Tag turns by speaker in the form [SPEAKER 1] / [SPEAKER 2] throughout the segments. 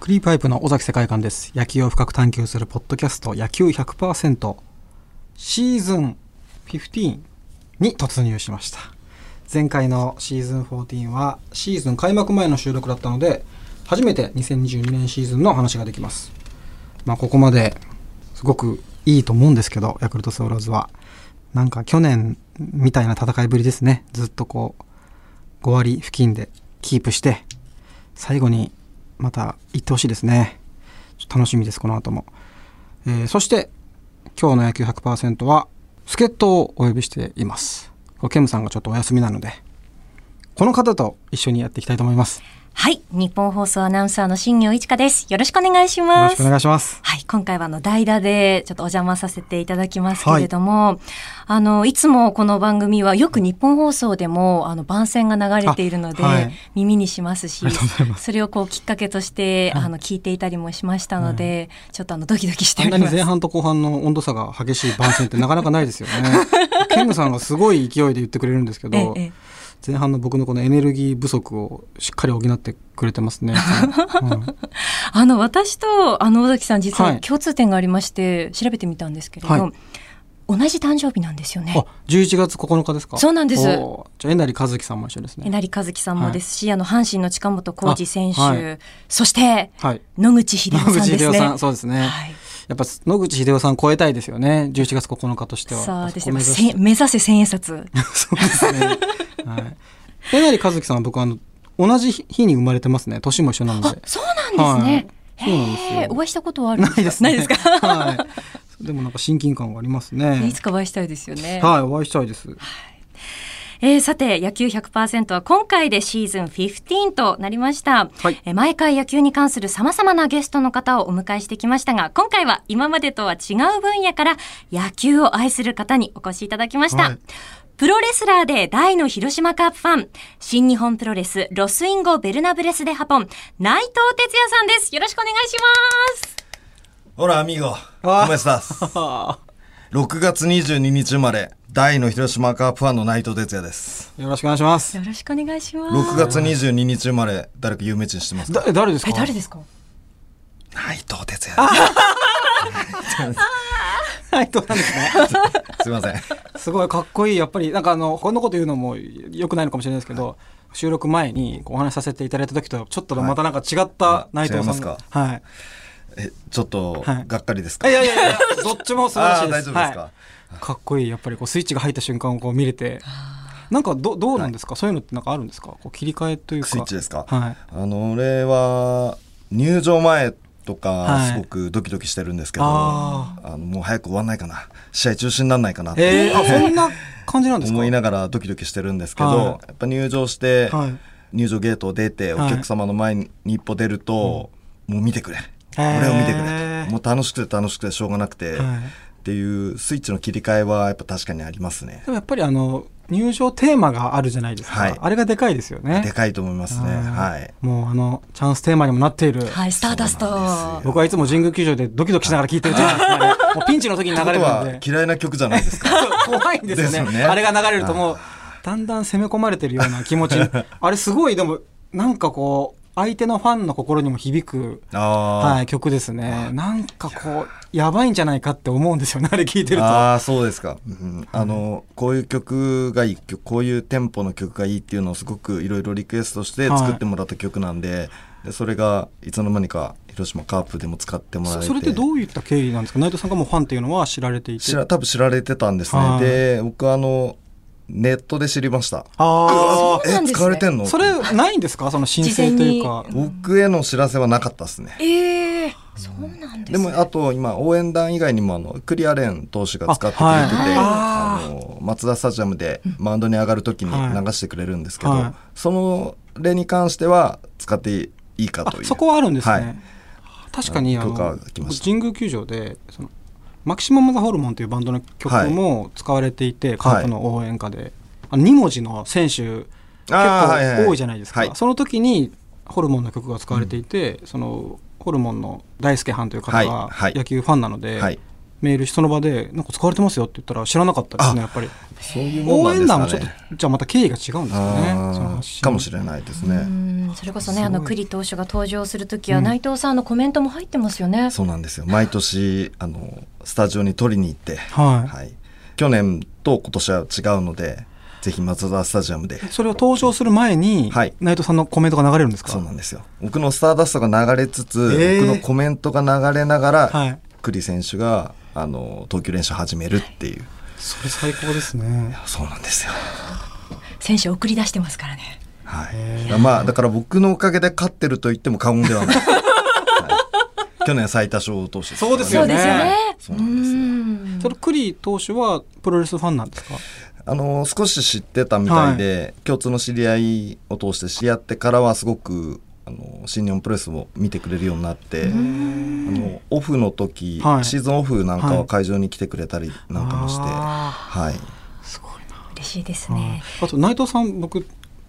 [SPEAKER 1] クリーパイプの尾崎世界観です。野球を深く探求するポッドキャスト、野球100%、シーズン15に突入しました。前回のシーズン14は、シーズン開幕前の収録だったので、初めて2022年シーズンの話ができます。まあ、ここまですごくいいと思うんですけど、ヤクルトスワローズは。なんか去年みたいな戦いぶりですね。ずっとこう、5割付近でキープして、最後にまた行ってほしいですね。ちょっと楽しみです、この後も。えーそして、今日の野球100%は、助っ人をお呼びしています。これケムさんがちょっとお休みなので、この方と一緒にやっていきたいと思います。よ
[SPEAKER 2] はい、日本放送アナウンサーの新業一華です。よろしくお願いし
[SPEAKER 1] ろ
[SPEAKER 2] ま
[SPEAKER 1] し
[SPEAKER 2] す。
[SPEAKER 1] くお願いします。
[SPEAKER 2] はい、今回はあの代打でちょっとお邪魔させていただきますけれども、あのいつもこの番組はよく日本放送でもあの番宣が流れているので、
[SPEAKER 1] あはい
[SPEAKER 2] 耳にしますし
[SPEAKER 1] ありがとうございます
[SPEAKER 2] それをこうきっかけとして、
[SPEAKER 1] はい
[SPEAKER 2] あの聞いていたりもしましたので、ちょっとあのドキドキしてお
[SPEAKER 1] あん
[SPEAKER 2] り
[SPEAKER 1] な
[SPEAKER 2] ま
[SPEAKER 1] に
[SPEAKER 2] す。
[SPEAKER 1] 前半と後半の温度差が激しい番宣ってなかなかないですよね。 ケムさんがすごい勢いで言ってくれるんですけ
[SPEAKER 2] え
[SPEAKER 1] ど
[SPEAKER 2] え、ええ
[SPEAKER 1] 前半の僕のこのエネルギー不足をしっかり補ってくれてますね。うん
[SPEAKER 2] あの私とあの尾崎さん実
[SPEAKER 1] は
[SPEAKER 2] はい共通点がありまして、調べてみたんですけれど、
[SPEAKER 1] はい
[SPEAKER 2] 同じ誕生日なんですよね。
[SPEAKER 1] あ、11月9日ですか
[SPEAKER 2] そうなんです
[SPEAKER 1] おーじゃあ、えなりかずきさんも一緒です
[SPEAKER 2] え
[SPEAKER 1] ね。
[SPEAKER 2] なりかずきさんもですし、あの、阪神の近本浩二選手、
[SPEAKER 1] あはい
[SPEAKER 2] そして、
[SPEAKER 1] はい。
[SPEAKER 2] 野口秀
[SPEAKER 1] 野
[SPEAKER 2] 夫さんで
[SPEAKER 1] 口
[SPEAKER 2] すね。
[SPEAKER 1] 秀夫さん、そうですね。
[SPEAKER 2] はい。
[SPEAKER 1] やっぱ野口秀夫さん超えたいですよね。11月9日としては。
[SPEAKER 2] そうです
[SPEAKER 1] こ目
[SPEAKER 2] ね。
[SPEAKER 1] 指
[SPEAKER 2] せ
[SPEAKER 1] して
[SPEAKER 2] ん目指せ千 円札。
[SPEAKER 1] そうですね。はい。えなりかずきさんは僕あの、同じ日に生まれてますね。年も一緒なの
[SPEAKER 2] あ
[SPEAKER 1] で、。
[SPEAKER 2] そうなんですね。
[SPEAKER 1] はいそうなんですよ
[SPEAKER 2] へえ、お会いしたことはある
[SPEAKER 1] ないですね。
[SPEAKER 2] ないですか、
[SPEAKER 1] はい。でもなんか親近感がありますね
[SPEAKER 2] い、。つかお会いしたいですよね。
[SPEAKER 1] はい、お会いしたいです。
[SPEAKER 2] えーさて、野球100%は今回でシーズン15となりました。
[SPEAKER 1] はい
[SPEAKER 2] えー毎回野球に関する様々なゲストの方をお迎えしてきましたが、今回は今までとは違う分野から野球を愛する方にお越しいただきました。
[SPEAKER 1] はい
[SPEAKER 2] プロレスラーで大の広島カープファン、新日本プロレスロスインゴベルナブレスでハポン、内藤哲也さんです。よろしくお願いします。
[SPEAKER 3] ほら、アミーゴ。
[SPEAKER 1] あ
[SPEAKER 3] コメスタス。
[SPEAKER 1] は
[SPEAKER 3] 6月22日生まれ、大の広島カープファンの内藤哲也です。
[SPEAKER 1] あよろしくお願いします。
[SPEAKER 2] よろしくお願いします。
[SPEAKER 3] 6月22日生まれ、誰か有名人知ってますか
[SPEAKER 1] だえ誰ですか
[SPEAKER 2] え、誰ですか
[SPEAKER 3] 内藤哲也
[SPEAKER 1] はい、どうなんですね。
[SPEAKER 3] です。すいません。
[SPEAKER 1] すごいかっこいいやっぱりなんかあのこんなこと言うのもよくないのかもしれないですけど、収録前にこうお話しさせていただいた時とちょっとまたなんか違った
[SPEAKER 3] は
[SPEAKER 1] 内
[SPEAKER 3] い
[SPEAKER 1] 藤さんが、
[SPEAKER 3] 違います
[SPEAKER 1] はい
[SPEAKER 3] え、ちょっと
[SPEAKER 1] はい、
[SPEAKER 3] がっかりですか、
[SPEAKER 1] あいやいやいやどっちも素晴らし
[SPEAKER 3] あ
[SPEAKER 1] いです
[SPEAKER 3] ー大丈夫ですか
[SPEAKER 1] はい、かっこいいやっぱりこうスイッチが入った瞬間をこう見れてなんかどどうなんですか、そういうのってなんかあるんですかこう切り替えというか
[SPEAKER 3] スイッチですか、
[SPEAKER 1] はい
[SPEAKER 3] あの、俺は、入場前とか
[SPEAKER 1] は、い
[SPEAKER 3] すごくドキドキしてるんですけど、
[SPEAKER 1] あ
[SPEAKER 3] あのもう早く終わんないかな。試合中止にならないかなって
[SPEAKER 1] えー、あそんな感じなんですか
[SPEAKER 3] 思いながらドキドキしてるんですけど、
[SPEAKER 1] は
[SPEAKER 3] やっぱ入場して、
[SPEAKER 1] はい
[SPEAKER 3] 入場ゲートを出てお
[SPEAKER 1] はい
[SPEAKER 3] 客様の前に一歩出ると、もう見てくれ
[SPEAKER 1] へー
[SPEAKER 3] 俺を見てくれともう楽しくて楽しくてしょうがなくて、
[SPEAKER 1] はい
[SPEAKER 3] っていうスイッチの切り替えはやっぱ確かにありますね
[SPEAKER 1] でもやっぱりあの入場テーマがあるじゃないですか、
[SPEAKER 3] はい
[SPEAKER 1] あれがでかいですよね
[SPEAKER 3] でかいと思いますねはい
[SPEAKER 1] もうあのチャンステーマにもなっている、
[SPEAKER 2] はい、スターダスト。
[SPEAKER 3] そうなんですよ
[SPEAKER 1] 僕はいつも神宮球場でドキドキしながら聞いてるじゃないですか、もうピンチの時に流
[SPEAKER 3] こ
[SPEAKER 1] れ
[SPEAKER 3] と
[SPEAKER 1] るの
[SPEAKER 3] は
[SPEAKER 1] で
[SPEAKER 3] 嫌いな曲じゃないですか
[SPEAKER 1] そう 怖いんですよね
[SPEAKER 3] ですよね
[SPEAKER 1] あれが流れるともうだんだん攻め込まれてるような気持ちにあれすごいでもなんかこう相手のファンの心にも響く、
[SPEAKER 3] あ
[SPEAKER 1] はい、曲ですねなんかこうやばいんじゃないかって思うんですよね あれ聞いて
[SPEAKER 3] ー
[SPEAKER 1] ると。
[SPEAKER 3] あーそうですか、うんあのこういう曲がいい曲こういうテンポの曲がいいっていうのをすごくいろいろリクエストして作ってもらった曲なんで,、でそれがいつの間にか広島カープでも使ってもらえ
[SPEAKER 1] そ
[SPEAKER 3] て
[SPEAKER 1] それってどういった経緯なんですか内藤さんがもうファンっていうのは知られていて
[SPEAKER 3] 知ら多分知られてたんです
[SPEAKER 1] は
[SPEAKER 3] ね。
[SPEAKER 1] い
[SPEAKER 3] で、僕あの、ネットで知りました。
[SPEAKER 1] あ
[SPEAKER 2] そうなんですね
[SPEAKER 3] え、使われてんの
[SPEAKER 1] あそれないんですかその申請というか
[SPEAKER 3] 僕への知らせはなかったですね。
[SPEAKER 2] ええそうなんで
[SPEAKER 3] で
[SPEAKER 2] すね
[SPEAKER 3] も、あと今、応援団以外にも、あの、クリアレン投手が使ってくれてて、
[SPEAKER 1] あ
[SPEAKER 3] あ,、
[SPEAKER 1] はい
[SPEAKER 3] の、松田スタジアムでマウンドに上がるときに
[SPEAKER 1] はい
[SPEAKER 3] 流してくれるんですけど、
[SPEAKER 1] はい
[SPEAKER 3] その例に関しては使っていいかという。
[SPEAKER 1] あそこはあるんですね、
[SPEAKER 3] はい
[SPEAKER 1] 確かにあ
[SPEAKER 3] あ
[SPEAKER 1] の
[SPEAKER 3] の許可が来ました
[SPEAKER 1] 神宮球場でそのマキシマム・ザ・ホルモンというバンドの曲も使われていて、カープの応援歌で、あの2文字の選手結
[SPEAKER 3] あーはいはい
[SPEAKER 1] 構多いじゃないですか、
[SPEAKER 3] はい
[SPEAKER 1] その時にホルモンの曲が使われていて、そのホルモンの大輔藩という方
[SPEAKER 3] は
[SPEAKER 1] が
[SPEAKER 3] いはい
[SPEAKER 1] 野球ファンなので、
[SPEAKER 3] はい
[SPEAKER 1] メールしその場でなんか使われてますよって言ったら知らなかったですねやっぱり
[SPEAKER 3] そういうも
[SPEAKER 1] 応援
[SPEAKER 3] んな
[SPEAKER 1] 団
[SPEAKER 3] ん
[SPEAKER 1] も
[SPEAKER 3] で
[SPEAKER 1] ち
[SPEAKER 3] す
[SPEAKER 1] ょっ
[SPEAKER 3] か
[SPEAKER 1] と
[SPEAKER 3] ね。
[SPEAKER 1] じゃあまた経緯が違うんですよねその
[SPEAKER 3] あ
[SPEAKER 1] 発
[SPEAKER 3] ー
[SPEAKER 1] 信
[SPEAKER 3] かもしれないですね。
[SPEAKER 2] うんそれこそね、
[SPEAKER 1] すごい
[SPEAKER 2] あの栗投手が登場するときは、内藤さんのコメントも入ってますよね。
[SPEAKER 3] そうなんですよ。毎年あのスタジオに取りに行って、
[SPEAKER 1] はい
[SPEAKER 3] 去年と今年は違うので、ぜひ松田スタジアムで。
[SPEAKER 1] それを登場する前に、
[SPEAKER 3] はい
[SPEAKER 1] 内藤さんのコメントが流れるんですか
[SPEAKER 3] そうなんですよ。僕のスターダストが流れつつ、
[SPEAKER 1] えー
[SPEAKER 3] 僕のコメントが流れながら、
[SPEAKER 1] はい
[SPEAKER 3] 栗選手があの投球練習始めるっていう。
[SPEAKER 1] それ最高ですね
[SPEAKER 3] そうなんですよ。
[SPEAKER 2] 選手送り出してますからね。
[SPEAKER 3] はい。まあだから僕のおかげで勝ってると言っても過言ではない。はい去年最多勝投手から
[SPEAKER 1] そうですよね
[SPEAKER 3] そうなんですよ
[SPEAKER 2] うん
[SPEAKER 1] それ栗投手はプロレスファンなんですか
[SPEAKER 3] あの少し知ってたみたいで、共通の知り合いを通して知り合ってからはすごくあの新日本プロレスを見てくれるようになってあのオフの時、
[SPEAKER 1] はい
[SPEAKER 3] シーズンオフなんか
[SPEAKER 1] は
[SPEAKER 3] はい会場に来てくれたりなんかもして、
[SPEAKER 1] あ
[SPEAKER 3] はい
[SPEAKER 1] ーすごいな、
[SPEAKER 2] 嬉しいですね。
[SPEAKER 1] あと内藤さん僕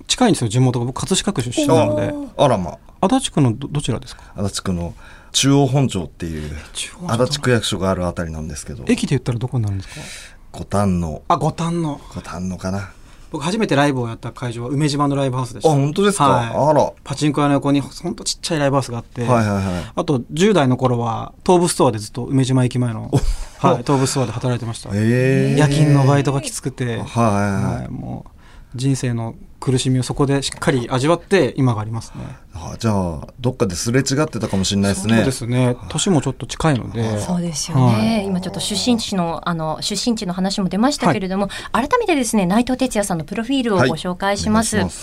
[SPEAKER 1] 近いんですよ地元が僕葛飾区出身なので
[SPEAKER 3] ああらま
[SPEAKER 1] 足立区のどどちらですか
[SPEAKER 3] 足立区の中央本町っていう
[SPEAKER 1] 中央
[SPEAKER 3] 足立区役所があるあたりなんですけど
[SPEAKER 1] 駅で言ったらどこになるんですか
[SPEAKER 3] 五反野
[SPEAKER 1] あ五反野
[SPEAKER 3] 五反野かなあ
[SPEAKER 1] 僕初めてライブをやった会場は梅島のライブハウスでした
[SPEAKER 3] 本当ですか、
[SPEAKER 1] はい
[SPEAKER 3] あらは
[SPEAKER 1] パチンコ屋の横にほんとちっちゃいライブハウスがあって、
[SPEAKER 3] いはいは
[SPEAKER 1] あと10代の頃は東武ストアでずっと梅島駅前の、はい、東武ストアで働いてました
[SPEAKER 3] いええ
[SPEAKER 1] 夜勤のバイトがきつくて、
[SPEAKER 3] はいはいはい
[SPEAKER 1] はい、もう人生の苦しみをそこでしっかり味わって今がありますね。
[SPEAKER 3] あじゃあどっかですれ違ってたかもしれないですね
[SPEAKER 1] そうですね。年もちょっと近いので。
[SPEAKER 2] そうですよね、
[SPEAKER 1] はい
[SPEAKER 2] 今ちょっと出身地のあの出身地の話も出ましたけれども、改めてですね内藤哲也さんのプロフィールをご
[SPEAKER 3] はい
[SPEAKER 2] 紹介します,、
[SPEAKER 3] お願いし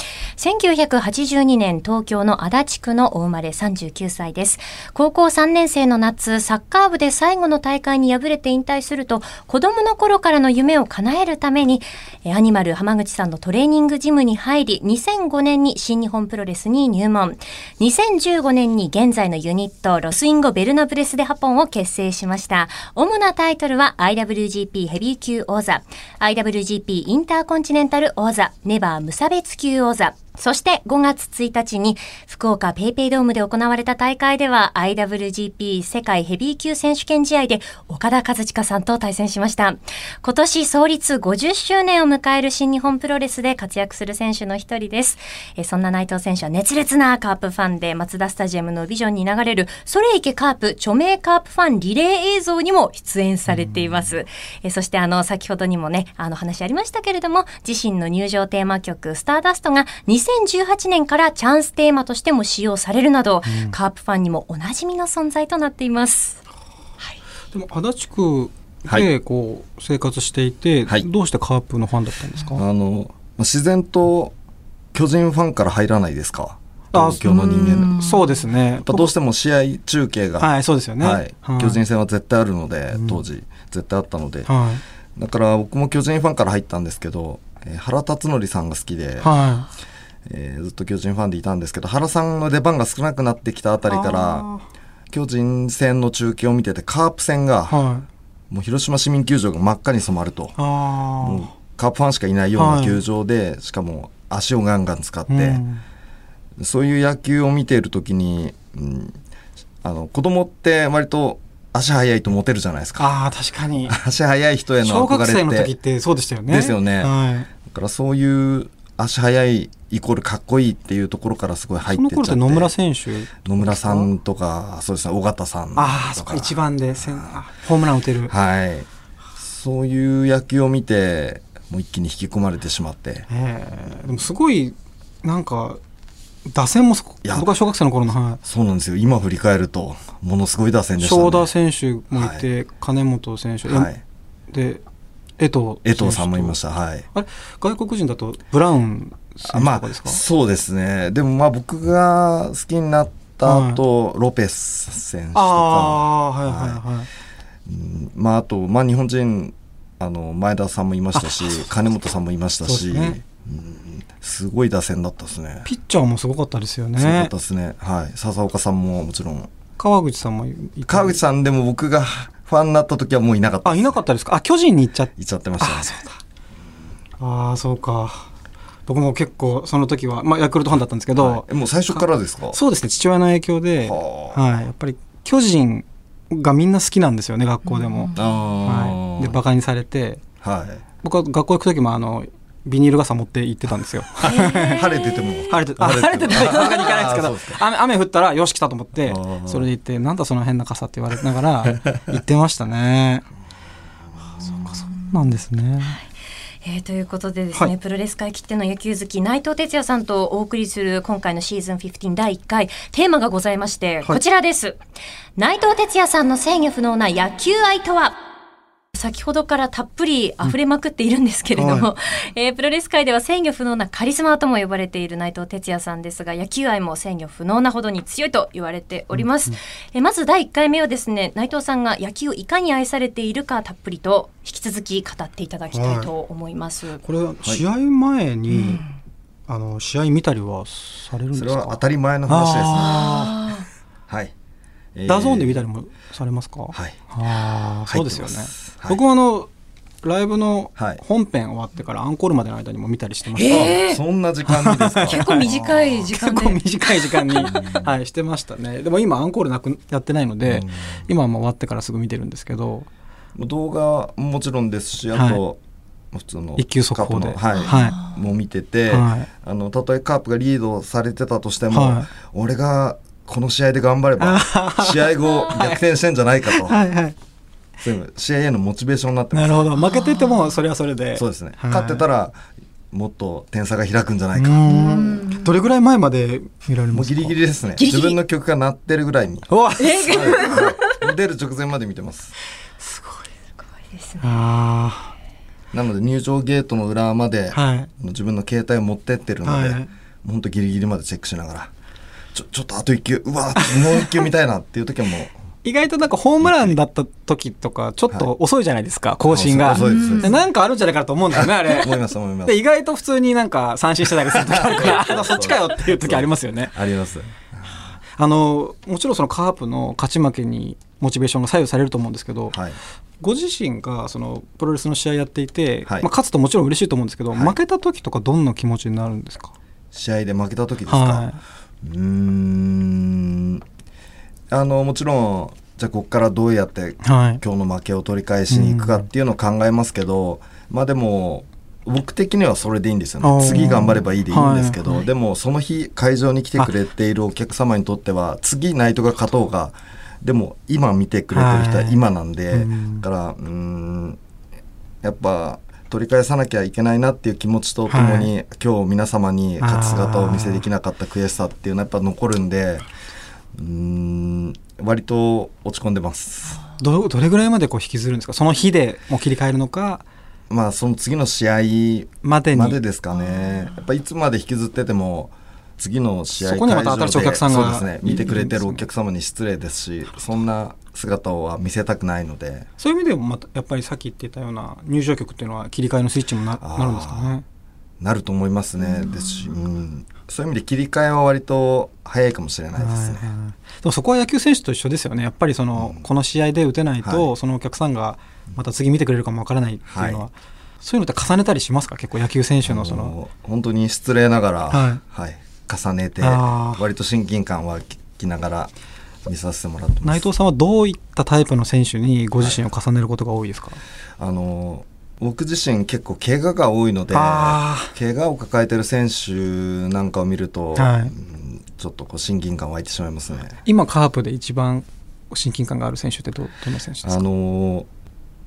[SPEAKER 2] 1982年東京の足立区のお生まれ39歳です高校3年生の夏サッカー部で最後の大会に敗れて引退すると子供の頃からの夢を叶えるためにえアニマル浜口さんのトレーニングジムに入り2005年に新日本プロレスに入門2015年に現在のユニットロスインゴベルナブレスでハポンを結成しました主なタイトルは IWGP ヘビー級王座 IWGP インターコンチネンタル王座ネバー無差別級王座そして5月1日に福岡ペイペイドームで行われた大会では IWGP 世界ヘビー級選手権試合で岡田和親さんと対戦しました。今年創立50周年を迎える新日本プロレスで活躍する選手の一人です。えーそんな内藤選手は熱烈なカープファンでマツダスタジアムのビジョンに流れるそれいけカープ著名カープファンリレー映像にも出演されています。えーそしてあの先ほどにもね、あの話ありましたけれども、自身の入場テーマ曲「スターダスト」が2018年からチャンステーマとしても使用されるなど、カープファンにもおなじみの存在となっています。
[SPEAKER 1] でも足立区
[SPEAKER 3] は
[SPEAKER 1] で
[SPEAKER 3] い
[SPEAKER 1] こう生活していて、
[SPEAKER 3] はい
[SPEAKER 1] どうしてカープのファンだったんですか。
[SPEAKER 3] あのまあ自然と巨人ファンから入らないですか
[SPEAKER 1] あ
[SPEAKER 3] 東京の人間やっ
[SPEAKER 1] そうですね。
[SPEAKER 3] ぱどうしても試合中継が、
[SPEAKER 1] はい、そうですよね。
[SPEAKER 3] はい
[SPEAKER 1] はい
[SPEAKER 3] 巨人戦は絶対あるので当時、絶対あったので、
[SPEAKER 1] は
[SPEAKER 3] だから僕も巨人ファンから入ったんですけど、えー原辰徳さんが好きで、
[SPEAKER 1] い。は
[SPEAKER 3] えーずっと巨人ファンでいたんですけど原さんの出番が少なくなってきたあたりか
[SPEAKER 1] あ
[SPEAKER 3] ら巨人戦の中継を見ててカープ戦が、
[SPEAKER 1] い。はい。
[SPEAKER 3] もう広島市民球場が真っ赤に染まると。
[SPEAKER 1] あ
[SPEAKER 3] もうカープファンしかいないよう
[SPEAKER 1] は
[SPEAKER 3] ない球場で、しかも足をガンガン使っ
[SPEAKER 1] あ。
[SPEAKER 3] て、
[SPEAKER 1] うん
[SPEAKER 3] そういう野球を見ている時に、うん、あの子供って割と足速いとモテるじゃないですか
[SPEAKER 1] ああ、確 かに。
[SPEAKER 3] 足速い人へ
[SPEAKER 1] 小
[SPEAKER 3] の憧
[SPEAKER 1] 学生の
[SPEAKER 3] れっ
[SPEAKER 1] 時
[SPEAKER 3] て
[SPEAKER 1] っ
[SPEAKER 3] だ
[SPEAKER 1] てそうでしたよね。
[SPEAKER 3] ですよね
[SPEAKER 1] はい。
[SPEAKER 3] からそういう足速いイコールかっこいいっていうところからすごい入っ
[SPEAKER 1] そ
[SPEAKER 3] てっ
[SPEAKER 1] の
[SPEAKER 3] ちゃっ
[SPEAKER 1] 頃ってて野村選手
[SPEAKER 3] 野村さんとかそうですね尾形さんとか
[SPEAKER 1] ああそっか一番でせんあホームラン打てる、
[SPEAKER 3] はいそういう野球を見てもう一気に引き込まれてしまって
[SPEAKER 1] ええでもすごいなんか打線もすご
[SPEAKER 3] いや
[SPEAKER 1] 僕は小学生の頃の、は
[SPEAKER 3] そうなんですよ今振り返るとものすごい打線
[SPEAKER 1] い、
[SPEAKER 3] でしたね
[SPEAKER 1] 正田選手もいて、金本選手、え
[SPEAKER 3] はい、
[SPEAKER 1] で江藤
[SPEAKER 3] 江藤さんもいま
[SPEAKER 1] し
[SPEAKER 3] したはい
[SPEAKER 1] あれ外国人だとブラウン選手と
[SPEAKER 3] ま
[SPEAKER 1] かです
[SPEAKER 3] あ
[SPEAKER 1] か、
[SPEAKER 3] そうですねでもまあ僕が好きになった後、ロペス選手と
[SPEAKER 1] あ
[SPEAKER 3] か
[SPEAKER 1] あはいはいはい、
[SPEAKER 3] うんまああとまあ日本人あの前田さんもいましたし金本さんもいました
[SPEAKER 1] そ
[SPEAKER 3] し
[SPEAKER 1] うですね
[SPEAKER 3] うんすごい打線だったですね
[SPEAKER 1] ピッチャーもすごかったですよ
[SPEAKER 3] すごかっ
[SPEAKER 1] ね
[SPEAKER 3] たですねはい笹岡さんももちろん
[SPEAKER 1] 川口さんもいて
[SPEAKER 3] 川口さんでも僕がファンになった時はもういなかった
[SPEAKER 1] あいなかったですかあ巨人に行っちゃっ
[SPEAKER 3] いっちゃってましたね
[SPEAKER 1] ああそうか僕も結構その時は、まあ、ヤクルトファンだったんですけど、
[SPEAKER 3] はいえもう最初からですか
[SPEAKER 1] そうですね父親の影響で、
[SPEAKER 3] はあ
[SPEAKER 1] はい、やっぱり巨人がみんな好きなんですよね学校でも、
[SPEAKER 3] あー
[SPEAKER 1] はい、でバカにされて
[SPEAKER 3] はい
[SPEAKER 1] 僕は学校行く時もあのビニール傘持って行ってたんですよ
[SPEAKER 3] 晴れてても
[SPEAKER 1] 晴れてあ 晴れててさすがに行かないです
[SPEAKER 3] あーそ
[SPEAKER 1] け
[SPEAKER 3] う
[SPEAKER 1] ど
[SPEAKER 3] です
[SPEAKER 1] 雨雨降ったらよし来たと思って
[SPEAKER 3] あー
[SPEAKER 1] それで行ってなんだその変な傘って言われながら行ってましたねそうかそうなんですね
[SPEAKER 2] えーということでですね、
[SPEAKER 1] はい
[SPEAKER 2] プロレス界きっての野球好き内藤哲也さんとお送りする今回のシーズン15第1回テーマがございまして、こちらです内藤哲也さんの制御不能な野球愛とは先ほどからたっぷり溢れまくっているんですけれども、
[SPEAKER 3] うんは
[SPEAKER 2] えープロレス界では制御不能なカリスマとも呼ばれている内藤哲也さんですが野球愛も制御不能なほどに強いと言われております、えーまず第1回目はですね内藤さんが野球をいかに愛されているかたっぷりと引き続き語っていただきたいと思います、
[SPEAKER 1] これ試合前に、あの試合見たりはされるん で
[SPEAKER 3] そ
[SPEAKER 1] す
[SPEAKER 3] れは当
[SPEAKER 1] か
[SPEAKER 3] たり前の話ですね
[SPEAKER 1] あ
[SPEAKER 2] あ
[SPEAKER 3] はいえー
[SPEAKER 1] ーダゾーンで見たりもされますか、
[SPEAKER 3] はい
[SPEAKER 1] ああそうですよね
[SPEAKER 3] 入ってますはい
[SPEAKER 1] 僕もあのライブの
[SPEAKER 3] はい
[SPEAKER 1] 本編終わってからアンコールまでの間にも見たりしてました、
[SPEAKER 2] え
[SPEAKER 3] あそんな時間にですか
[SPEAKER 2] 結構短い時間
[SPEAKER 1] 結
[SPEAKER 2] で
[SPEAKER 1] 構短い 時間に、はい、してましたねでも今アンコールなくやってないので、
[SPEAKER 3] うん
[SPEAKER 1] 今はもう終わってからすぐ見てるんですけど
[SPEAKER 3] 動画ももちろんですしあと、普通の
[SPEAKER 1] 一級速報
[SPEAKER 3] カー
[SPEAKER 1] で
[SPEAKER 3] プのはい、
[SPEAKER 1] は
[SPEAKER 3] もう見てて、
[SPEAKER 1] はい
[SPEAKER 3] あのたとえカープがリードされてたとしても、
[SPEAKER 1] はい
[SPEAKER 3] 俺がこの試合で頑張れば
[SPEAKER 1] あー
[SPEAKER 3] 試合後逆転してんじゃないかと、
[SPEAKER 1] はいはい
[SPEAKER 3] そういう試合へのモチベーションになってま
[SPEAKER 1] な
[SPEAKER 3] す
[SPEAKER 1] るほど負けててもそれはそれで
[SPEAKER 3] そうですね、
[SPEAKER 1] はい
[SPEAKER 3] 勝ってたらもっと点差が開くんじゃな
[SPEAKER 1] う
[SPEAKER 3] いか、
[SPEAKER 1] ーんどれぐらい前まで見られ
[SPEAKER 3] も
[SPEAKER 1] ま
[SPEAKER 3] う
[SPEAKER 1] すか
[SPEAKER 3] ギリギリですね
[SPEAKER 2] ギリギリ
[SPEAKER 3] 自分の曲が鳴ってるぐらいに、
[SPEAKER 1] うわ
[SPEAKER 3] はいはい出る直前まで見てます
[SPEAKER 2] ですね
[SPEAKER 1] あ
[SPEAKER 3] なので入場ゲートの裏まで、
[SPEAKER 1] あはい
[SPEAKER 3] 自分の携帯を持ってってるので、
[SPEAKER 1] はい
[SPEAKER 3] ほんとギリギリまでチェックしながらちょちょっとあと1球うわもう1球見たいなっていう時 はもう
[SPEAKER 1] 意外となんかホームランだった時とかちょっと遅いじゃないですか更新が
[SPEAKER 3] 遅いです遅いです
[SPEAKER 1] でなんかあるんじゃないかなと思うんだよねあれ
[SPEAKER 3] 思います思います
[SPEAKER 1] で意外と普通になんか三振してたりする時ある からあそっちかよっていう時ありますよね
[SPEAKER 3] あります
[SPEAKER 1] あのもちろんそのカープの勝ち負けにモチベーションが左右されると思うんですけど、
[SPEAKER 3] はい
[SPEAKER 1] ご自身がそのプロレスの試合やっていて、
[SPEAKER 3] はい
[SPEAKER 1] まあ、勝つともちろん嬉しいと思うんですけど、
[SPEAKER 3] はい
[SPEAKER 1] 負けた時とかどんな気持ちになるんですか、
[SPEAKER 3] 試合で負けた時ですか、
[SPEAKER 1] は
[SPEAKER 3] うーんあのもちろんじゃあここからどうやって
[SPEAKER 1] いはい、
[SPEAKER 3] 今日の負けを取り返しに行くかっていうのを考えますけど、まあでも僕的にはそれでいいんですよ
[SPEAKER 1] あー
[SPEAKER 3] ね次頑張ればいいでいいんですけど、
[SPEAKER 1] は
[SPEAKER 3] でもその日会場に来てくれているお客様にとっては次ナイトが勝とうがでも今見てくれてる人は今なんで、
[SPEAKER 1] はいうん
[SPEAKER 3] だからうーんやっぱ取り返さなきゃいけないなっていう気持ちとともに、今日皆様に勝つ姿をお見せできなかった悔しさっていうのはやっぱ残るんでうーん割と落ち込んでます。
[SPEAKER 1] どどれぐらいまでこう引きずるんですかその日でもう切り替えるのか
[SPEAKER 3] まあその次の試合
[SPEAKER 1] までに
[SPEAKER 3] までですかね。やっぱいつまで引きずってても次の試合
[SPEAKER 1] そこにはまた新しいお客さんが
[SPEAKER 3] 会場でそうですね。見てくれてるお客様に失礼ですし、そんな姿は見せたくないので。
[SPEAKER 1] そういう意味でもまたやっぱりさっき言ってたような入場曲っていうのは切り替えのスイッチにもな
[SPEAKER 3] あー
[SPEAKER 1] なるんですかね
[SPEAKER 3] なると思いますね。ですし、うん、そういう意味で切り替えは割と早いかもしれないですね。
[SPEAKER 1] はいはいでもそこは野球選手と一緒ですよね、やっぱりその、
[SPEAKER 3] うん
[SPEAKER 1] この試合で打てないと、
[SPEAKER 3] は
[SPEAKER 1] そのお客さんがまた次見てくれるかもわからないっていうのは、
[SPEAKER 3] はい
[SPEAKER 1] そういうのって重ねたりしますか、結構野球選手のそ
[SPEAKER 3] あ
[SPEAKER 1] の、
[SPEAKER 3] の本当に失礼ながら、
[SPEAKER 1] はい
[SPEAKER 3] はい、重ねて
[SPEAKER 1] あー
[SPEAKER 3] 割と親近感は聞きながら見させてもらってます。
[SPEAKER 1] 内藤さんはどういったタイプの選手にご自身を重ねることが多いですか、
[SPEAKER 3] あの僕自身結構怪我が多いので
[SPEAKER 1] あ
[SPEAKER 3] 怪我を抱えてる選手なんかを見ると、
[SPEAKER 1] はい
[SPEAKER 3] うんちょっとこう親近感湧いてしまいますね。
[SPEAKER 1] 今、カープで一番親近感がある選手ってどどの選手で
[SPEAKER 3] あ
[SPEAKER 1] すか、
[SPEAKER 3] の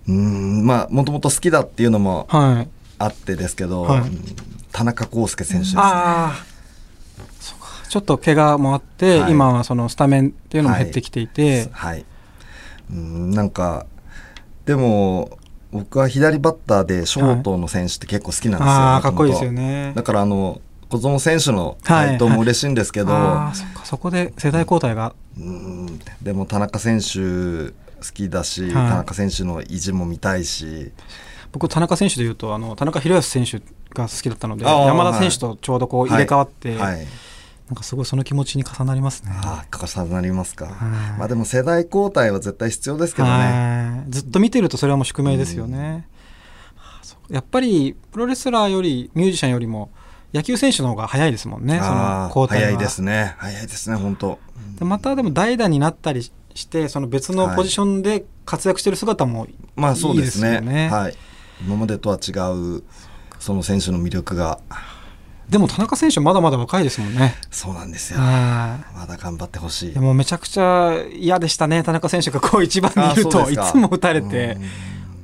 [SPEAKER 3] うんまあもともと好きだっていうのも
[SPEAKER 1] はい、
[SPEAKER 3] あってですけど、
[SPEAKER 1] はい
[SPEAKER 3] うん田中康介選手ですね。
[SPEAKER 1] あーそうかちょっと怪我もあって、
[SPEAKER 3] はい
[SPEAKER 1] 今はそのスタメンっていうのも減ってきていて、
[SPEAKER 3] はい、うんなんかでも僕は左バッターでショートの選手って結構好きなんですよ、
[SPEAKER 1] ああーかっ
[SPEAKER 3] 元
[SPEAKER 1] こいい
[SPEAKER 3] 々
[SPEAKER 1] ですよね。
[SPEAKER 3] だからあの小園選手の回答も嬉しいんですけど、
[SPEAKER 1] あーそっかそこで世代交代が
[SPEAKER 3] うんでも田中選手好きだし、
[SPEAKER 1] い
[SPEAKER 3] 田中選手の意地も見たいし、
[SPEAKER 1] 僕田中選手でいうとあの田中宏康選手が好きだったので
[SPEAKER 3] あー
[SPEAKER 1] 山田選手とちょうどこう入れ替わって、
[SPEAKER 3] はい、
[SPEAKER 1] なんかすごいその気持ちに重なりますね。
[SPEAKER 3] ああ、重なりますか、
[SPEAKER 1] はい
[SPEAKER 3] まあでも世代交代は絶対必要ですけどね、
[SPEAKER 1] はいずっと見てるとそれはもう宿命ですよね。あーそうやっぱりプロレスラーよりミュージシャンよりも野球選手の方が早いですもんね、その
[SPEAKER 3] ああ
[SPEAKER 1] 交代
[SPEAKER 3] 早
[SPEAKER 1] が
[SPEAKER 3] いですね、早いですね、本当、
[SPEAKER 1] でまたでも代打になったりししてその別のポジションで活躍してる姿もいいですよね。
[SPEAKER 3] まあそうですねはい、今までとは違うその選手の魅力が
[SPEAKER 1] でも田中選手まだまだ若いですもんね。
[SPEAKER 3] そうなんですよ
[SPEAKER 1] は
[SPEAKER 3] まだ頑張ってほし
[SPEAKER 1] い
[SPEAKER 3] い
[SPEAKER 1] でもめちゃくちゃ嫌でしたね、田中選手がこう一番にいる
[SPEAKER 3] あ
[SPEAKER 1] と
[SPEAKER 3] そうで
[SPEAKER 1] い
[SPEAKER 3] すか
[SPEAKER 1] つも打たれて
[SPEAKER 3] うん、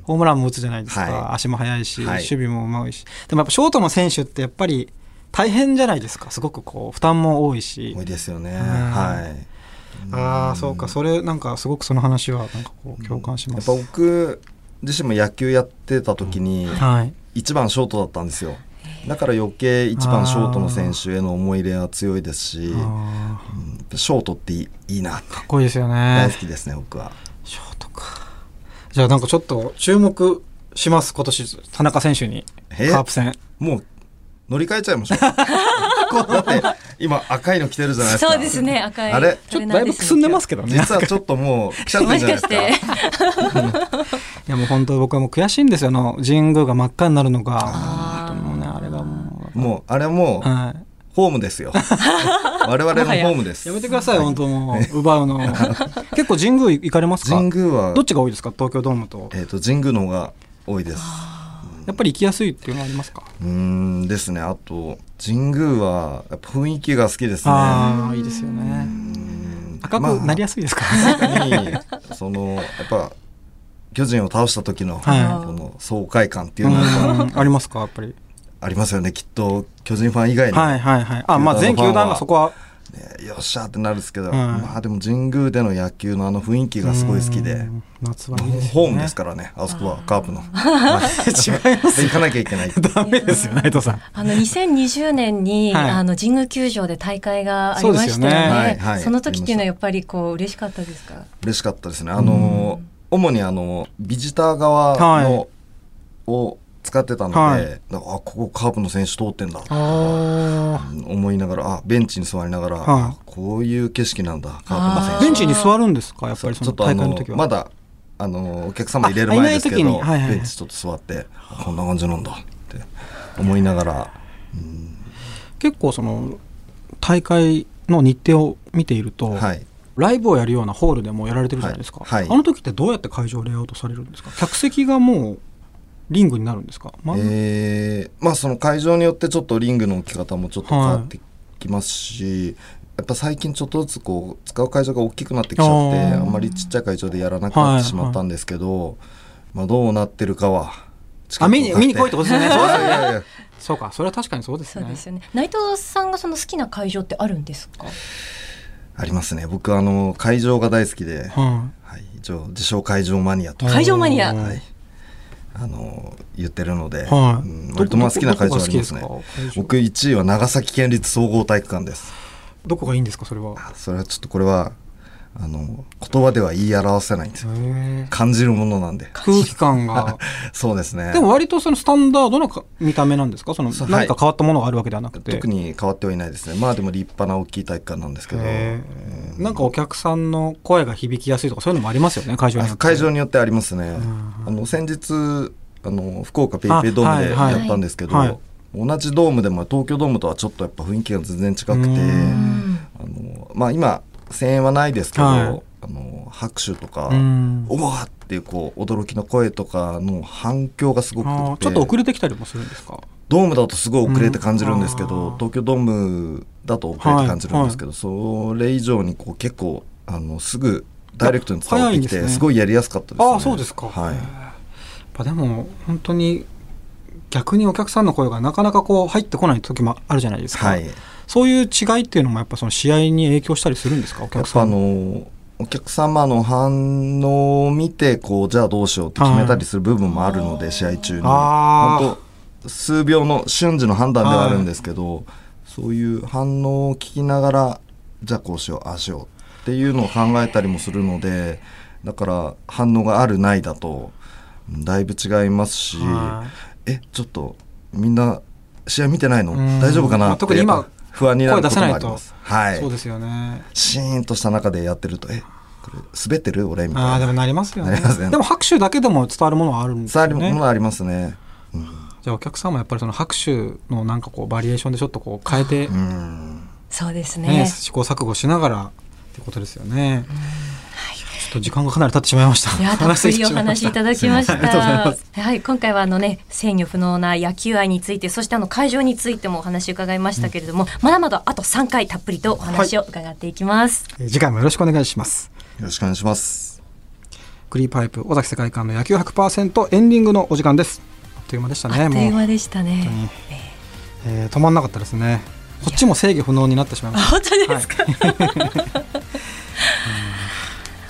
[SPEAKER 1] ホームランも打つじゃないですか、
[SPEAKER 3] はい
[SPEAKER 1] 足も速いし、
[SPEAKER 3] はい
[SPEAKER 1] 守備もうまいし、でもやっぱショートの選手ってやっぱり大変じゃないですか、すごくこう負担も多いし
[SPEAKER 3] 多、いですよね
[SPEAKER 1] ん
[SPEAKER 3] はい
[SPEAKER 1] ああ、そうか、それなんかすごくその話はなんかこう共感し
[SPEAKER 3] や
[SPEAKER 1] ま
[SPEAKER 3] っ
[SPEAKER 1] す。
[SPEAKER 3] ぱ僕自身も野球やってた時に
[SPEAKER 1] はい、
[SPEAKER 3] 一番ショートだったんですよだから余計一番ショートの選手への思い入れは強いですし、
[SPEAKER 1] あー
[SPEAKER 3] うんショートっていいいいなって
[SPEAKER 1] かっこいいですよ
[SPEAKER 3] 大
[SPEAKER 1] ね
[SPEAKER 3] 好。きですね僕は
[SPEAKER 1] ショートか。じゃあなんかちょっと注目します、今年、田中選手に、
[SPEAKER 3] え
[SPEAKER 1] カープ戦。
[SPEAKER 3] もう乗り換えちゃいましょうだって今赤いの着てるじゃないですか
[SPEAKER 2] そうですね、赤い。
[SPEAKER 3] あれ
[SPEAKER 1] ちょっとだいぶくすんでますすけどね。
[SPEAKER 3] 実はちょっともう来ちゃって
[SPEAKER 2] も
[SPEAKER 3] るじ
[SPEAKER 2] し
[SPEAKER 3] ゃない
[SPEAKER 2] か
[SPEAKER 3] で
[SPEAKER 2] し
[SPEAKER 3] すか
[SPEAKER 2] て、
[SPEAKER 1] いやもう本当僕はもう悔しいんですよあの神宮が真っ赤になるのが
[SPEAKER 2] あー
[SPEAKER 1] 本当もうねあれがもう、
[SPEAKER 3] もうあれはもう
[SPEAKER 1] は
[SPEAKER 3] ホームですよ我々のホームで
[SPEAKER 1] い、
[SPEAKER 3] す
[SPEAKER 1] やめてください本当もう奪 うの結構神宮行かれますか
[SPEAKER 3] 神宮は
[SPEAKER 1] どっちが多いですか東京ドームと
[SPEAKER 3] えっ、と神宮の方が多いです
[SPEAKER 1] やっぱり行きやすいっていうのはありますか、
[SPEAKER 3] うーんですねあと神宮はやっぱ雰囲気が好きですね
[SPEAKER 1] ああいいですよね
[SPEAKER 3] うん
[SPEAKER 1] 赤
[SPEAKER 3] まあ
[SPEAKER 1] くなりやすいですか、
[SPEAKER 3] 特にそのやっぱ巨人を倒した時の,、
[SPEAKER 1] はい
[SPEAKER 3] この爽快感っていうのは
[SPEAKER 1] うんありますかやっぱり
[SPEAKER 3] ありますよねきっと巨人ファン以外に、
[SPEAKER 1] はいはいはいあまあ全球団がそこは
[SPEAKER 3] ねよっしゃーってなるんですけど、
[SPEAKER 1] はい
[SPEAKER 3] まあでも神宮での野球のあの雰囲気がすごい好き
[SPEAKER 1] う
[SPEAKER 3] で。
[SPEAKER 1] ん夏はいいですよね
[SPEAKER 3] ホームですからね、あそこはカープの。 はい
[SPEAKER 1] 違います
[SPEAKER 3] で行かなきゃいけない。
[SPEAKER 1] ダメですよ内藤さん
[SPEAKER 2] あの2020年に、
[SPEAKER 1] はい
[SPEAKER 2] あの神宮球場で大会がありましたよ
[SPEAKER 1] そうですよ
[SPEAKER 2] ね。
[SPEAKER 1] ね
[SPEAKER 3] はいはい
[SPEAKER 2] その時っていうのはやっぱりこう嬉しかったですか。
[SPEAKER 3] 嬉しかったですね。あの主にあのビジター側の、
[SPEAKER 1] は
[SPEAKER 3] を使ってたので、
[SPEAKER 1] はい
[SPEAKER 3] だからあここカープの選手通ってんだ。
[SPEAKER 1] ああ
[SPEAKER 3] 思いながらあベンチに座りながら、
[SPEAKER 1] はい
[SPEAKER 3] あこういう景色なんだカープの選手
[SPEAKER 1] ベンチに座るんですかやっぱりそ
[SPEAKER 3] ちょ
[SPEAKER 1] の
[SPEAKER 3] っとあ
[SPEAKER 1] 大会の
[SPEAKER 3] の
[SPEAKER 1] 時は
[SPEAKER 3] まだあのお客様入れる前ですけ
[SPEAKER 1] あいない
[SPEAKER 3] ど
[SPEAKER 1] 時にはいはいはい
[SPEAKER 3] ベンチちょっと座ってあこんな感じなんだって思いながら
[SPEAKER 1] 結構その大会の日程を見ていると、
[SPEAKER 3] はい
[SPEAKER 1] ライブをやるようなホールでもやられてるじゃないですか、
[SPEAKER 3] はいはい
[SPEAKER 1] あの時ってどうやって会場レイアウトされるんですか客席がもうリングになるんですか、ま
[SPEAKER 3] えーまあその会場によってちょっとリングの置き方もちょっと変わってきますし、やっぱ最近ちょっとずつこう使う会場が大きくなってきちゃって
[SPEAKER 1] あー
[SPEAKER 3] あんまりちっちゃい会場でやらなくなってしまったんですけど、まあ、どうなってるかは
[SPEAKER 1] あ見に見に来いってこ
[SPEAKER 3] と
[SPEAKER 1] と ですよね
[SPEAKER 3] そう
[SPEAKER 1] そう
[SPEAKER 3] そういやいや
[SPEAKER 1] そうかそれは確かにそうです
[SPEAKER 2] そ
[SPEAKER 1] ね
[SPEAKER 2] うですよね。内藤さんがその好きな会場ってあるんですか。
[SPEAKER 3] ありますね僕あの会場が大好きで、
[SPEAKER 1] は
[SPEAKER 3] はい、一応自称会場マニアと
[SPEAKER 1] い
[SPEAKER 2] 会場マニア
[SPEAKER 1] は
[SPEAKER 3] はい
[SPEAKER 1] い、
[SPEAKER 3] あの言ってるので、
[SPEAKER 1] はい
[SPEAKER 3] うん割とまあ好きな会場ありますね
[SPEAKER 1] どこが好きですか
[SPEAKER 3] 僕1位は長崎県立総合体育館です
[SPEAKER 1] どこがいいんですかそれは
[SPEAKER 3] あそれはちょっとこれはあの言葉では言い表せないんですよ
[SPEAKER 1] へー
[SPEAKER 3] 感じるものなんで
[SPEAKER 1] 空気感 が
[SPEAKER 3] そうですね
[SPEAKER 1] でも割とそのスタンダードなか見た目なんですかその
[SPEAKER 3] そう
[SPEAKER 1] 何か変わったものがあるわけではなくて、
[SPEAKER 3] 特に変わってはいないですねまあでも立派な大きい体育館なんですけど
[SPEAKER 1] へーなんかお客さんの声が響きやすいとかそういうのもありますよね会場によっ
[SPEAKER 3] あ
[SPEAKER 1] て
[SPEAKER 3] 会場によってありますね
[SPEAKER 1] ん
[SPEAKER 3] あの先日あの福岡ペイペイドームで
[SPEAKER 1] あはい
[SPEAKER 2] はい
[SPEAKER 3] やったんですけど、
[SPEAKER 1] はい
[SPEAKER 3] 同じドームでも東京ドームとはちょっとやっぱ雰囲気が全然違くて
[SPEAKER 1] うん
[SPEAKER 3] あのまあ今声援はないですけど、
[SPEAKER 1] はい
[SPEAKER 3] あの拍手とか、
[SPEAKER 1] うん
[SPEAKER 3] おわーっていうこう驚きの声とかの反響がすごく
[SPEAKER 1] あー
[SPEAKER 3] て
[SPEAKER 1] ちょっと遅れてきたりもするんですか
[SPEAKER 3] ドームだとすごい遅れて感じるんですけど、
[SPEAKER 1] うんあー
[SPEAKER 3] 東京ドームだと遅れて感じるんですけど、それ以上にこう結構あのすぐダイレクトに伝わってき
[SPEAKER 1] 早い
[SPEAKER 3] て
[SPEAKER 1] ん
[SPEAKER 3] す,、
[SPEAKER 1] ですね
[SPEAKER 3] ごいやりやすかったです、ね、
[SPEAKER 1] ああそうですか、
[SPEAKER 3] はい
[SPEAKER 1] やっぱでも本当に逆にお客さんの声がなかなかこう入ってこない時もあるじゃないですか、
[SPEAKER 3] はい、や
[SPEAKER 1] そういう違いっていうのもやっぱその試合に影響したりするんですかお客
[SPEAKER 3] っぱ
[SPEAKER 1] さ
[SPEAKER 3] あ
[SPEAKER 1] んの
[SPEAKER 3] のお客様の反応を見てこうじゃあどうしようって決めたりする部分もあるので、試合中に
[SPEAKER 1] あー
[SPEAKER 3] 本当数秒の瞬時の判断ではあるんですけど、そういう反応を聞きながらじゃあこうしようああしようっていうのを考えたりもするのでだから反応があるないだとうんだいぶ違いますし
[SPEAKER 1] は
[SPEAKER 3] えちょっとみんな試合見てないの
[SPEAKER 1] うん
[SPEAKER 3] 大丈夫かな
[SPEAKER 1] まあ
[SPEAKER 3] って
[SPEAKER 1] 特に今
[SPEAKER 3] やっぱ不安になることも
[SPEAKER 1] 声
[SPEAKER 3] あ
[SPEAKER 1] 出
[SPEAKER 3] り
[SPEAKER 1] さない
[SPEAKER 3] ま
[SPEAKER 1] と
[SPEAKER 3] す。はい
[SPEAKER 1] そうですよね
[SPEAKER 3] シーンとした中でやってるとえこれ滑ってる俺みたいな
[SPEAKER 1] ああでもなりますよね
[SPEAKER 3] なりますね
[SPEAKER 1] でも拍手だけでも伝わるものはあるんです
[SPEAKER 3] 伝わ
[SPEAKER 1] よ
[SPEAKER 3] るも
[SPEAKER 1] ね
[SPEAKER 3] のありますね。うん
[SPEAKER 1] じゃあお客さんもやっぱりその拍手のなんかこうバリエーションでちょっとこう変えて、
[SPEAKER 3] うん
[SPEAKER 2] そうです
[SPEAKER 1] ね
[SPEAKER 2] ね。
[SPEAKER 1] 試行錯誤しながらってことですよね、いやと時間がかなり経ってしまいました。
[SPEAKER 2] いやたっぷりお話いただきま し
[SPEAKER 1] ありがとうございます。
[SPEAKER 2] た。はい、今回はあのね、制御不能な野球愛について、そしてあの会場についてもお話伺いましたけれども、まだまだあと3回たっぷりとお話を伺っていきます。
[SPEAKER 1] えー次回もよろしくお願いします。
[SPEAKER 3] よろしくお願いします。
[SPEAKER 1] クリーパイプ尾崎世界観の野球100%エンディングのお時間です。あっという間でした
[SPEAKER 2] あ
[SPEAKER 1] ね。
[SPEAKER 2] っという
[SPEAKER 1] もう、
[SPEAKER 2] 間でしたね。
[SPEAKER 1] 本えー止まんなかったですね。こっちも制御不能になってしまいま
[SPEAKER 2] あ
[SPEAKER 1] し
[SPEAKER 2] 本当
[SPEAKER 1] た。
[SPEAKER 2] ですか。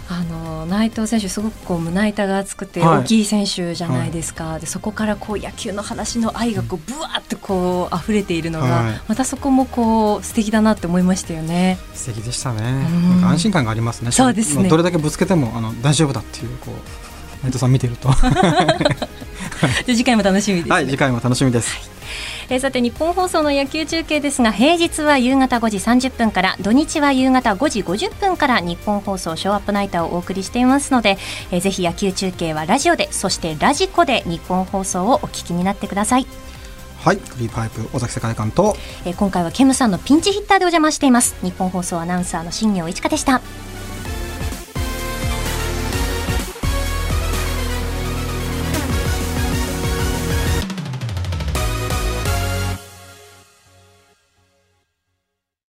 [SPEAKER 2] あの内藤選手すごくこう胸板が厚くて
[SPEAKER 1] はい
[SPEAKER 2] 大きい選手じゃないですか。でそこからこう野球の話の愛がこうブワーってこう溢れているのが、
[SPEAKER 1] はい
[SPEAKER 2] またそこもこう素敵だなって思いましたよね。
[SPEAKER 1] 素敵でしたね。
[SPEAKER 2] ん
[SPEAKER 1] なんか安心感がありますね。
[SPEAKER 2] そうですね
[SPEAKER 1] どれだけぶつけてもあの大丈夫だっていう こう内藤さん見てると。
[SPEAKER 2] で次回も楽しみですね。
[SPEAKER 1] はい、次回も楽しみです。
[SPEAKER 2] えーさて日本放送の野球中継ですが平日は夕方5時30分から土日は夕方5時50分から日本放送ショーアップナイターをお送りしていますので、えーぜひ野球中継はラジオでそしてラジコで日本放送をお聞きになってください、
[SPEAKER 1] はい、クリーパイプ尾崎世界観と
[SPEAKER 2] えー今回はケムさんのピンチヒッターでお邪魔しています日本放送アナウンサーの新業一華でした